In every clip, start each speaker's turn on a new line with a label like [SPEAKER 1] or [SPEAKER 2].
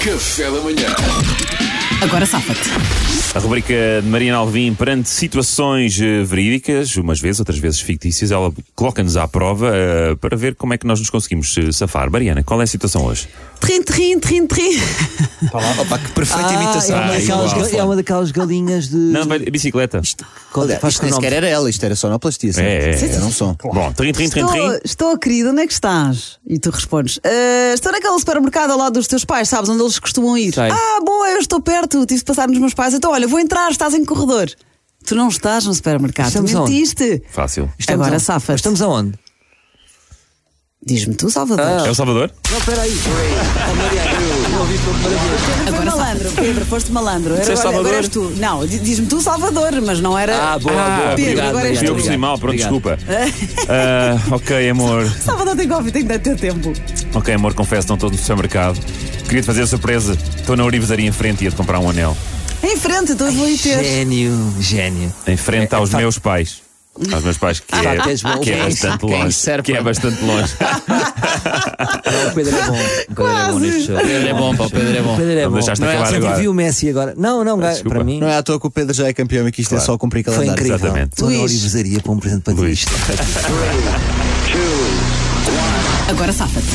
[SPEAKER 1] Café da manhã.
[SPEAKER 2] Agora safa-te.
[SPEAKER 3] A rubrica de Mariana Alvim perante situações eh, verídicas, umas vezes, outras vezes fictícias, ela coloca-nos à prova eh, para ver como é que nós nos conseguimos eh, safar. Mariana, qual é a situação hoje?
[SPEAKER 2] Trim, trim, trim, trim.
[SPEAKER 4] Opa, que perfeita imitação.
[SPEAKER 5] é uma,
[SPEAKER 3] Ah,
[SPEAKER 5] daquelas,
[SPEAKER 3] igual.
[SPEAKER 5] ga- é uma daquelas galinhas de.
[SPEAKER 3] Não, vai- bicicleta.
[SPEAKER 5] Quando
[SPEAKER 4] Olha,
[SPEAKER 5] faz
[SPEAKER 4] isto nem
[SPEAKER 5] com
[SPEAKER 4] sequer era ela, isto era sonoplastia. certo?
[SPEAKER 3] É, é, é.
[SPEAKER 4] Era um som.
[SPEAKER 3] Bom, trim, trim, trim,
[SPEAKER 2] Estou,
[SPEAKER 3] trim.
[SPEAKER 2] estou, querida, onde é que estás? E tu respondes: "Ah, Estou naquele supermercado ao lado dos teus pais, sabes onde eles costumam ir?
[SPEAKER 5] Sei.
[SPEAKER 2] Ah, boa, eu estou perto, tive de passar nos meus pais, então olha, vou entrar, estás em corredor. Tu não estás no supermercado,
[SPEAKER 5] Estamos
[SPEAKER 2] tu
[SPEAKER 5] onde?
[SPEAKER 2] mentiste.
[SPEAKER 3] Fácil.
[SPEAKER 5] Estamos
[SPEAKER 2] Agora
[SPEAKER 5] aonde?
[SPEAKER 2] safa-te.
[SPEAKER 5] Estamos aonde?
[SPEAKER 2] Diz-me tu, Salvador.
[SPEAKER 5] Ah.
[SPEAKER 3] É o Salvador?
[SPEAKER 5] Não, peraí.
[SPEAKER 2] Agora malandro, Pedro, foste malandro. Era,
[SPEAKER 5] Disseste
[SPEAKER 2] agora, agora
[SPEAKER 5] Salvador?
[SPEAKER 2] eres tu. Não, di- diz-me tu, Salvador, mas não era.
[SPEAKER 5] Ah, boa, boa.
[SPEAKER 2] Pedro,
[SPEAKER 5] obrigado,
[SPEAKER 2] agora és
[SPEAKER 3] Eu
[SPEAKER 2] tu.
[SPEAKER 3] percebi mal, pronto,
[SPEAKER 5] Obrigado.
[SPEAKER 3] desculpa. Ah, ok, amor.
[SPEAKER 2] Salvador tem Covid, tem que dar teu tempo.
[SPEAKER 3] Ok, amor, confesso, não estou no supermercado. Queria te fazer a surpresa. Estou na Orivesaria em frente e ia-te comprar um anel.
[SPEAKER 2] Em frente, estou a ter.
[SPEAKER 5] Gênio, gênio.
[SPEAKER 3] Em frente aos
[SPEAKER 5] tá-
[SPEAKER 3] meus pais. Aos meus pais, que
[SPEAKER 5] Ah, tens
[SPEAKER 3] é,
[SPEAKER 5] bom
[SPEAKER 3] que é
[SPEAKER 5] pés.
[SPEAKER 3] bastante
[SPEAKER 5] Quem
[SPEAKER 3] longe.
[SPEAKER 5] serve
[SPEAKER 3] Que é
[SPEAKER 5] para-
[SPEAKER 3] bastante longe.
[SPEAKER 5] Não, o Pedro é bom. O Pedro é bom
[SPEAKER 2] Quase.
[SPEAKER 5] neste jogo. O Pedro é bom, o Pedro é bom. Pedro é
[SPEAKER 3] Não
[SPEAKER 5] bom.
[SPEAKER 3] me deixaste acabar
[SPEAKER 5] assim,
[SPEAKER 3] agora.
[SPEAKER 5] vi o Messi agora. Não, não, gai-
[SPEAKER 3] desculpa.
[SPEAKER 5] para mim.
[SPEAKER 4] Não é à toa que o Pedro já é campeão e que isto é só cumprir
[SPEAKER 5] Foi
[SPEAKER 4] calendário.
[SPEAKER 5] incrível.
[SPEAKER 3] Exatamente.
[SPEAKER 5] Estou na
[SPEAKER 2] Luís.
[SPEAKER 5] orivesaria para um presente para ti.
[SPEAKER 3] Luís.
[SPEAKER 5] Isto.
[SPEAKER 2] Agora safa-te.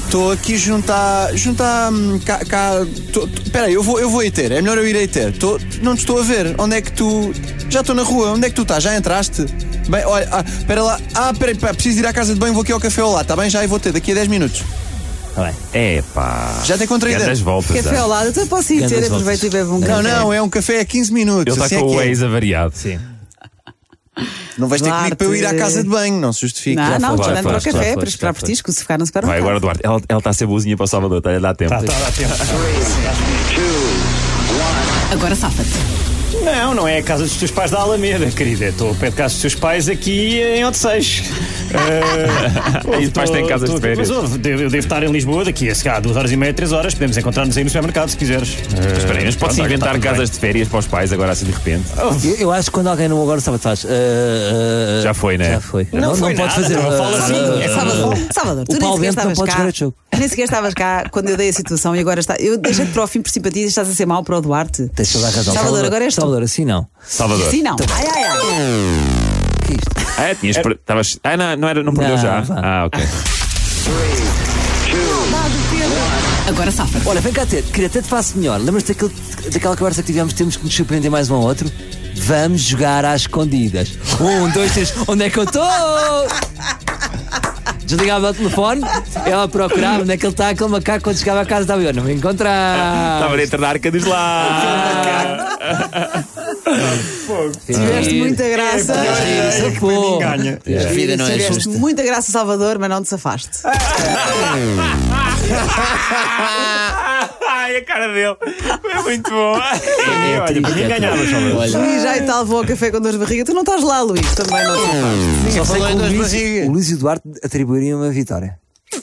[SPEAKER 4] Estou aqui juntar. juntar. hum, cá. cá tô- tô- Espera aí, eu vou, eu vou aí ter. É melhor eu ir aí ter. Tô- não te estou a ver. Onde é que tu. Já estou na rua. Onde é que tu estás? Já entraste? Bem, olha. Ah, espera lá. Ah, espera aí, pá, preciso ir à casa de banho. Vou aqui ao café ao lado. Está bem? Já aí vou ter. Daqui a 10 minutos.
[SPEAKER 5] Está bem.
[SPEAKER 3] É pá.
[SPEAKER 4] Já te encontrei
[SPEAKER 3] Grandes
[SPEAKER 4] ideia.
[SPEAKER 3] voltas.
[SPEAKER 2] Café
[SPEAKER 3] ah.
[SPEAKER 2] ao lado, então eu posso ir
[SPEAKER 5] Grandes
[SPEAKER 2] ter, aproveito
[SPEAKER 5] voltas.
[SPEAKER 2] e bebo um
[SPEAKER 4] Não,
[SPEAKER 2] café.
[SPEAKER 4] não. É um café a 15 minutos.
[SPEAKER 3] Ele está
[SPEAKER 4] assim é
[SPEAKER 3] com
[SPEAKER 4] que
[SPEAKER 3] o
[SPEAKER 4] é.
[SPEAKER 3] ex avariado. Sim.
[SPEAKER 4] Não vais ter
[SPEAKER 2] Duarte.
[SPEAKER 4] comigo para eu ir à casa de banho. Não se justifica.
[SPEAKER 2] Não, não,
[SPEAKER 3] foi,
[SPEAKER 2] estou dando
[SPEAKER 3] já
[SPEAKER 2] para o
[SPEAKER 3] foi, já
[SPEAKER 2] café
[SPEAKER 3] foi,
[SPEAKER 2] para
[SPEAKER 3] já
[SPEAKER 2] esperar por
[SPEAKER 3] foi.
[SPEAKER 2] ti, que se ficar no
[SPEAKER 3] Vai
[SPEAKER 2] supermercado.
[SPEAKER 3] agora, Duarte. Ela está a ser bozinha para o Salvador, está a dar tempo.
[SPEAKER 6] tá.
[SPEAKER 2] Agora safa-te.
[SPEAKER 6] Não, não é a casa dos teus pais da Alameda, querida. Estou ao pé de casa dos teus pais aqui em Odeceixe.
[SPEAKER 3] E os pais têm casas de férias.
[SPEAKER 6] Mas ouve, devo- eu devo estar em Lisboa daqui a se calhar, duas horas e meia, três horas. Podemos encontrar-nos aí no supermercado se quiseres.
[SPEAKER 3] Mas espera aí, mas pode-se
[SPEAKER 6] Pronto,
[SPEAKER 3] inventar
[SPEAKER 6] tá tudo
[SPEAKER 3] casas de férias para os pais agora assim de repente?
[SPEAKER 5] Eu, eu acho que quando alguém não agora sabe o que faz. ah, ah, ah,
[SPEAKER 3] Já foi, né?
[SPEAKER 5] Já foi.
[SPEAKER 6] Não foi
[SPEAKER 5] pode
[SPEAKER 6] nada,
[SPEAKER 5] fazer.
[SPEAKER 6] não fala
[SPEAKER 5] ah,
[SPEAKER 6] assim.
[SPEAKER 5] ah,
[SPEAKER 6] É
[SPEAKER 2] Salvador, Salvador, tu nem
[SPEAKER 5] Paulo
[SPEAKER 2] sequer
[SPEAKER 5] Bento não
[SPEAKER 2] estavas
[SPEAKER 5] pode
[SPEAKER 2] cá.
[SPEAKER 5] jogar este jogo.
[SPEAKER 2] Nem sequer estavas cá quando eu dei a situação e agora está. Eu deixei-te para o fim por simpatia e estás a ser mau para o Duarte.
[SPEAKER 5] Tens toda a razão.
[SPEAKER 2] Salvador, agora és tu.
[SPEAKER 5] Salvador, assim não.
[SPEAKER 3] Salvador.
[SPEAKER 2] Sim, não. Ai, ai, ai.
[SPEAKER 5] O que é isto?
[SPEAKER 3] Ah, é, tinhas. per- Estavas. Ah, não, não, era, não perdeu
[SPEAKER 5] Não,
[SPEAKER 3] já.
[SPEAKER 5] vá.
[SPEAKER 3] Ah, ok.
[SPEAKER 2] Agora safa
[SPEAKER 5] Olha, vem cá ter, queria até te faço melhor. Lembras-te daquele- daquela conversa que tivemos? Temos que nos surpreender mais um ao outro? Vamos jogar às escondidas. Um, dois, três, onde é que eu estou? Desligava o telefone, ela procurava onde é que ele está, aquele macaco quando chegava à casa estava eu, não me encontrar.
[SPEAKER 3] Estava dentro da arca dos lá.
[SPEAKER 2] Tiveste muita graça.
[SPEAKER 5] Pô,
[SPEAKER 6] Ganha.
[SPEAKER 5] a vida não é
[SPEAKER 2] Tiveste
[SPEAKER 5] justa.
[SPEAKER 2] muita graça, Salvador, mas não te safaste.
[SPEAKER 3] Ai, a cara dele. É muito bom. Olha,
[SPEAKER 5] É
[SPEAKER 3] para
[SPEAKER 5] triste,
[SPEAKER 3] mim
[SPEAKER 5] é
[SPEAKER 3] ganhava,
[SPEAKER 5] triste.
[SPEAKER 3] Salvador.
[SPEAKER 5] Olha,
[SPEAKER 2] Luís, já e tal, vou ao café com dor de barriga. Tu não estás lá, Luís, também não é? te safaste.
[SPEAKER 5] só sei
[SPEAKER 4] falei
[SPEAKER 5] que o
[SPEAKER 4] das
[SPEAKER 5] Luís,
[SPEAKER 4] barrigas.
[SPEAKER 5] o Luís e o Duarte atribuiriam uma vitória.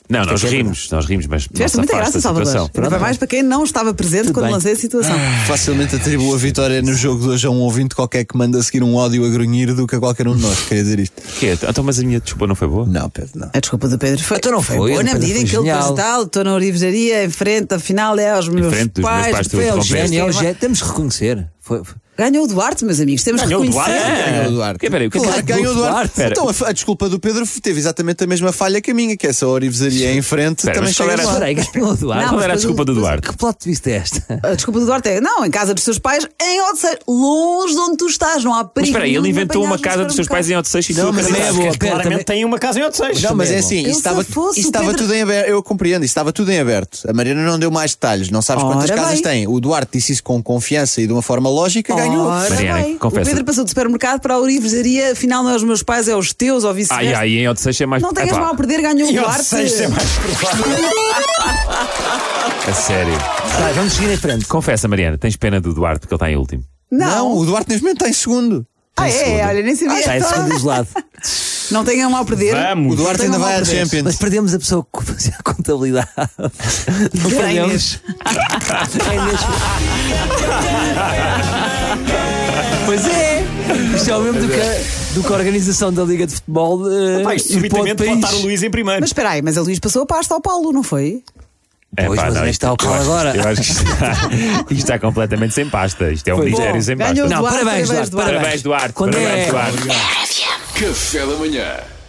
[SPEAKER 3] Não, nós rimos, nós rimos, mas.
[SPEAKER 2] Tiveste
[SPEAKER 3] não se
[SPEAKER 2] muita
[SPEAKER 3] afasta
[SPEAKER 2] graça,
[SPEAKER 3] a situação.
[SPEAKER 2] Salvador. Ainda vai mais para quem não estava presente quando
[SPEAKER 5] bem.
[SPEAKER 2] lancei a situação.
[SPEAKER 3] Ah.
[SPEAKER 4] Facilmente atribuo a vitória no jogo de hoje a um ouvinte qualquer que manda seguir um áudio a grunhir do que a qualquer um de nós. Queria dizer isto.
[SPEAKER 3] Quê? Então, mas a minha desculpa não foi boa?
[SPEAKER 4] Não, Pedro, não.
[SPEAKER 2] A desculpa do Pedro foi.
[SPEAKER 5] Então não foi,
[SPEAKER 2] boa,
[SPEAKER 5] o
[SPEAKER 2] na
[SPEAKER 5] Pedro
[SPEAKER 2] medida em
[SPEAKER 5] foi
[SPEAKER 2] que ele
[SPEAKER 5] genial.
[SPEAKER 2] depois tal, estou na orivesaria, em frente, afinal é aos meus
[SPEAKER 3] frente dos meus
[SPEAKER 2] pais.
[SPEAKER 3] pais, tu
[SPEAKER 5] Foi o
[SPEAKER 3] interrompeste.
[SPEAKER 5] gênio, é o gênio. Temos de reconhecer. Foi, foi.
[SPEAKER 2] Ganhou o Duarte, meus amigos, temos que
[SPEAKER 6] Ganhou o
[SPEAKER 2] reconhecer.
[SPEAKER 6] Duarte?
[SPEAKER 4] Ganhou o Duarte.
[SPEAKER 3] Que- peraí, o que é que
[SPEAKER 4] claro,
[SPEAKER 3] é
[SPEAKER 4] que ganhou o
[SPEAKER 3] do
[SPEAKER 4] Duarte.
[SPEAKER 3] Duarte? Pera.
[SPEAKER 4] Então a, a desculpa do Pedro teve exatamente a mesma falha que a minha, que essa orivesaria em frente
[SPEAKER 3] Pera,
[SPEAKER 4] também
[SPEAKER 3] mas qual
[SPEAKER 4] chega
[SPEAKER 3] era-
[SPEAKER 4] lá.
[SPEAKER 5] Peraí, ganhou o Duarte.
[SPEAKER 2] Não, mas
[SPEAKER 3] Qual era a
[SPEAKER 2] depois
[SPEAKER 3] desculpa
[SPEAKER 2] o-
[SPEAKER 3] do Duarte?
[SPEAKER 5] Que plot twist é esta?
[SPEAKER 2] A desculpa do Duarte é, não, em casa dos teus pais, em Odisseia, longe de onde tu estás, não há perigo.
[SPEAKER 3] Mas espera aí, ele
[SPEAKER 2] nenhum de
[SPEAKER 3] inventou uma
[SPEAKER 2] apanhares no
[SPEAKER 3] casa dos seus pais em
[SPEAKER 2] supermercado.
[SPEAKER 3] Odisseus e
[SPEAKER 4] Não,
[SPEAKER 3] tu
[SPEAKER 4] mas
[SPEAKER 3] acreditas?
[SPEAKER 4] nem é
[SPEAKER 5] boa.
[SPEAKER 6] Porque
[SPEAKER 5] Pera,
[SPEAKER 6] Claramente
[SPEAKER 5] também-
[SPEAKER 6] tem uma casa em Odeceixe.
[SPEAKER 4] Não, mas é
[SPEAKER 5] Também é
[SPEAKER 4] assim,
[SPEAKER 2] bom.
[SPEAKER 4] isto
[SPEAKER 2] Eu
[SPEAKER 4] estava,
[SPEAKER 2] se fosse
[SPEAKER 4] isto
[SPEAKER 2] o
[SPEAKER 4] estava
[SPEAKER 2] Pedro-
[SPEAKER 4] tudo em aberto. Eu compreendo, isto estava tudo em aberto. A Mariana não deu mais detalhes, não sabes quantas
[SPEAKER 2] Ora
[SPEAKER 4] casas
[SPEAKER 2] bem.
[SPEAKER 4] tem. O Duarte disse isso com confiança e de uma forma lógica, ganhou.
[SPEAKER 2] Ora
[SPEAKER 3] Mariana,
[SPEAKER 2] bem,
[SPEAKER 3] confessa.
[SPEAKER 2] O Pedro passou do supermercado para a orivesaria, afinal não é os meus pais, é os teus, ou vice-versa.
[SPEAKER 3] Ai, ai, em Odisseia é mais.
[SPEAKER 2] Não tenhas
[SPEAKER 3] Epá,
[SPEAKER 2] mal a perder, ganhou o
[SPEAKER 6] E
[SPEAKER 2] Duarte.
[SPEAKER 6] Odeceixe é mais provável.
[SPEAKER 3] A sério.
[SPEAKER 5] Tá, vamos seguir em frente.
[SPEAKER 3] Confessa, Mariana, tens pena do Duarte porque ele está em último.
[SPEAKER 4] Não,
[SPEAKER 2] Não.
[SPEAKER 4] o Duarte neste momento está em segundo.
[SPEAKER 2] Ah, é, olha, nem sabia.
[SPEAKER 5] Está em segundo gelado.
[SPEAKER 2] Não tenham mal a perder.
[SPEAKER 4] O
[SPEAKER 6] Vamos.
[SPEAKER 4] Duarte
[SPEAKER 2] Tem
[SPEAKER 4] ainda
[SPEAKER 2] um
[SPEAKER 4] vai à
[SPEAKER 2] outro vez.
[SPEAKER 4] Champions.
[SPEAKER 5] Mas perdemos a pessoa que fazia a contabilidade. Não
[SPEAKER 2] Era a
[SPEAKER 5] perdemos. É a Inês. Pois é. Isto é o mesmo do que, do que a organização da Liga de Futebol. eh,
[SPEAKER 6] Pai,
[SPEAKER 5] ir para outro
[SPEAKER 6] subitamente pode
[SPEAKER 5] país.
[SPEAKER 6] estar o Luís em primeiro.
[SPEAKER 2] Mas espera aí, mas a Luís passou a pasta ao Paulo, não foi?
[SPEAKER 5] Pois, mas onde é que está o
[SPEAKER 3] eu
[SPEAKER 5] colo
[SPEAKER 3] acho que isto-
[SPEAKER 5] agora?
[SPEAKER 3] Eu acho que isto está, isto está completamente sem pasta. Isto é um
[SPEAKER 5] Pois.
[SPEAKER 3] ministério sem
[SPEAKER 2] Bom,
[SPEAKER 3] pasta.
[SPEAKER 2] ganhou
[SPEAKER 5] Não,
[SPEAKER 2] Duarte, é?
[SPEAKER 5] parabéns, é
[SPEAKER 2] parabéns,
[SPEAKER 5] Duarte,
[SPEAKER 2] Duarte.
[SPEAKER 3] Parabéns, Duarte.
[SPEAKER 5] Quando
[SPEAKER 3] Parabéns,
[SPEAKER 5] é-
[SPEAKER 3] Duarte.
[SPEAKER 1] Café da Manhã